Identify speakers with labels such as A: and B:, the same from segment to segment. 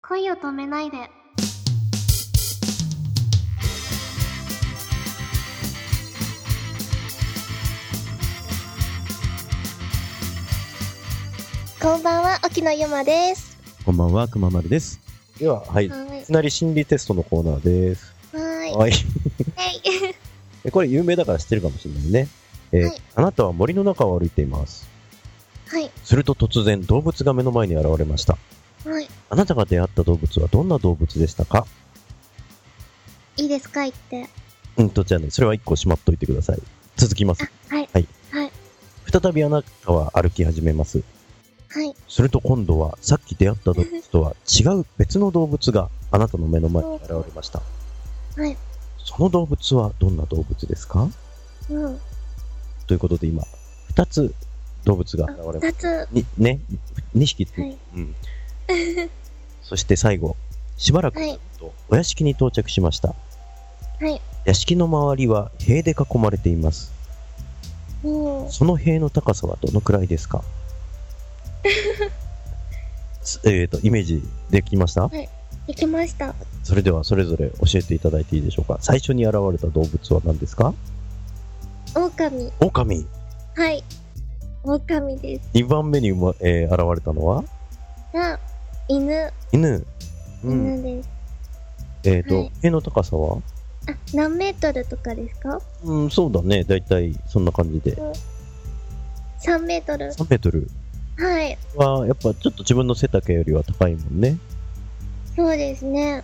A: 恋を止めないで。こんばんは、沖野ゆまです。
B: こんばんは、くままるです。では、はい。い
A: はい
B: き。なり心理テストのコーナーです。
A: は
B: は
A: ー
B: い。
A: い。
B: えこれ有名だから知ってるかもしれないね。えー
A: はい
B: あなたは森の中を歩いています。
A: はい。
B: すると突然、動物が目の前に現れました。
A: はい。
B: あなたが出会った動物はどんな動物でしたか
A: いいですか言って。
B: うんと、じゃあね、それは一個しまっといてください。続きます。
A: はい。
B: 再びあなたは歩き始めます。
A: はい。
B: すると今度は、さっき出会った動物とは違う別の動物があなたの目の前に現れました。
A: はい。
B: その動物はどんな動物ですか
A: うん。
B: ということで今、二つ動物が現れま
A: 二つ。
B: にね、2匹って、
A: はい。
B: うん。そして最後、しばらく
A: はい。
B: とお屋敷に到着しました。
A: はい。
B: 屋敷の周りは塀で囲まれています。
A: も
B: その塀の高さはどのくらいで すかすえっ、と、イメージできました
A: う、できました。
B: それではそれぞれ教えていただいていいでしょうか最初に現れた動物は何ですか
A: 狼。
B: 狼
A: はい。狼です。
B: !2 番目に、まえー現れたのは
A: が、犬。
B: 犬うん。
A: 犬です。
B: えっ、と、
A: はい
B: 塀の高さは
A: あ、何メートルとかですか
B: うん、そうだね。だいたいそんな感じで。
A: ?3 メートル。
B: 3メートル
A: はい。
B: は、やっぱちょっと自分の背丈よりは高いもんね。
A: そうですね。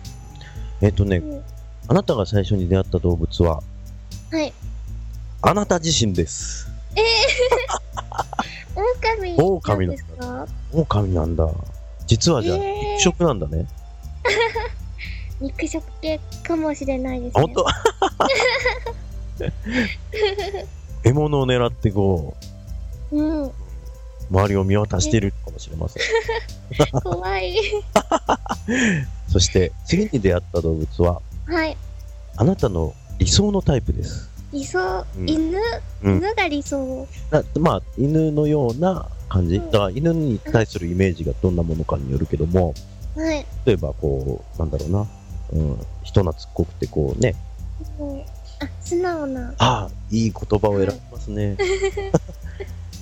B: えっ、とね
A: う、ん
B: あなたが最初に出会った動物は、
A: はい。
B: あなた自身です。
A: 狼。
B: 狼なん
A: で
B: だ
A: すか
B: 狼なんだ。実はじゃあ、
A: えー
B: 肉食なんだね。
A: 肉食系かもしれないです
B: あ、
A: ね。
B: ほんと獲物を狙ってこう、
A: うん。
B: 周りを見渡しているかもしれません。
A: 怖い。
B: そして、次に出会った動物は、
A: はい。
B: あなたの理想のタイプです。
A: 理想。
B: うん
A: 犬。
B: うん
A: 犬が理想。
B: なまあ、犬のような感じ。
A: うん
B: だから犬に対するイメージがどんなものかによるけども、
A: はい。
B: 例えばこう、なんだろうな、うん、人懐っこくてこうね、
A: うんあ、素直な。
B: ああ、いい言葉を選びま すね。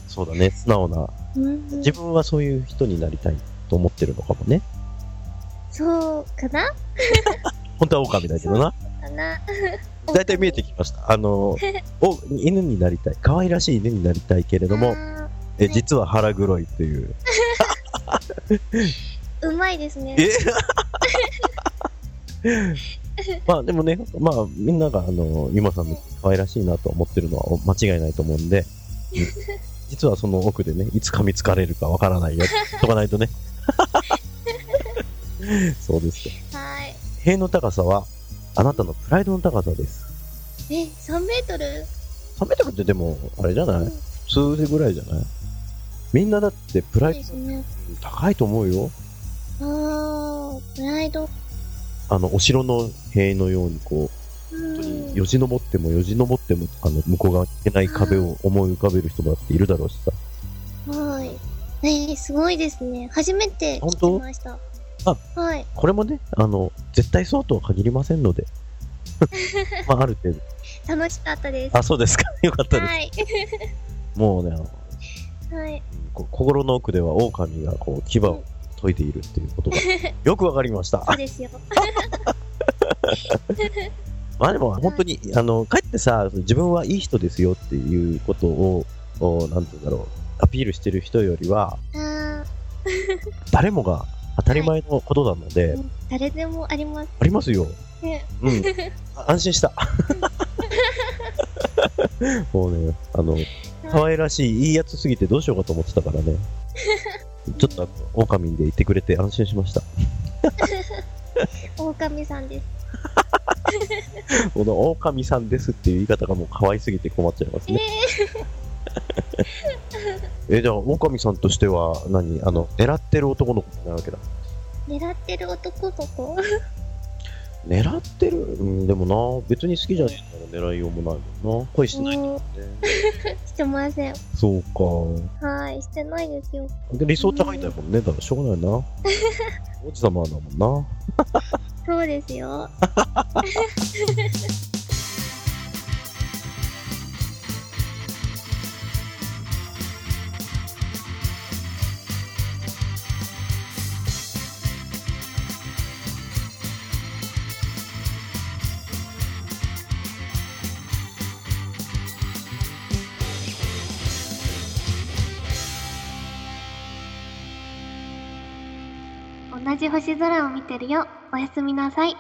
B: そうだね、素直な。
A: うん。
B: 自分はそういう人になりたいと思ってるのかもね。
A: そうかな
B: 本当は狼だけどな。
A: かな。
B: だいたい見えてきました。あの、お犬になりたい。可愛らしい犬になりたいけれども、
A: あ
B: え実は腹黒いという。
A: ー。うまいですね。
B: えまあでもね、まあみんながあの、ゆまさんの可愛らしいなと思ってるのは間違いないと思うんで、うん実はその奥でね、いつ噛みつかれるかわからないよ、とかないとね。そうですよ。
A: はい。
B: 塀の高さは、あなたのプライドの高さです。
A: え、3メートル
B: 3メートルってでも、あれじゃない
A: うん
B: 普通ぐらいじゃないみんなだってプライ
A: です
B: ド
A: ね。
B: 高いと思うよ。
A: あー、プライド。
B: あの、お城の塀のようにこう、
A: う
B: 本当
A: ん
B: によじ登ってもよじ登ってもあの向こう側に行けない壁を思い浮かべる人だっているだろうしさ
A: はい。えー、すごいですね。初めて
B: 本
A: 聞
B: 当
A: きました。
B: あ
A: はい。
B: これもねあの絶対そうとは限りませ んのでまあある程度
A: 楽しかったです。
B: あそうです かよかったです、
A: はい。
B: もうねあの
A: はい。
B: こ心の奥では狼がこう牙を研いでいるっていうこと がよくわかりました
A: そうですよ。
B: まあでも本当にあのかえってさ自分はいい人ですよっていうことをおなんて言うんだろうアピールしてる人よりは
A: あー、
B: 誰もが当たり前のことなので、
A: うん誰でもあります
B: ありますよ
A: ね。
B: うん、 あ安心した。 もうね、あの、可愛らしい、いいやつすぎてどうしようかと思ってたから ね。ちょっと、オオカミでいてくれて安心しました。
A: 狼さんです。
B: この、オオカミさんですっていう言い方がもう可愛すぎて困っちゃいます
A: え
B: ね。 え、じゃあ、オオカミさんとしては何、あの、狙ってる男の子なわけだ。
A: ー、狙ってる男の子
B: 狙ってる、うん、でもな、別に好きじゃねえなら狙いようもないもんな。恋してないんだもんね。
A: してません。
B: そうか。
A: はい、してないですよ。
B: で、理想高いんだもんね。だからしょうがないな。王子様だもんな。
A: そうですよ。同じ星空を見てるよ。おやすみなさい。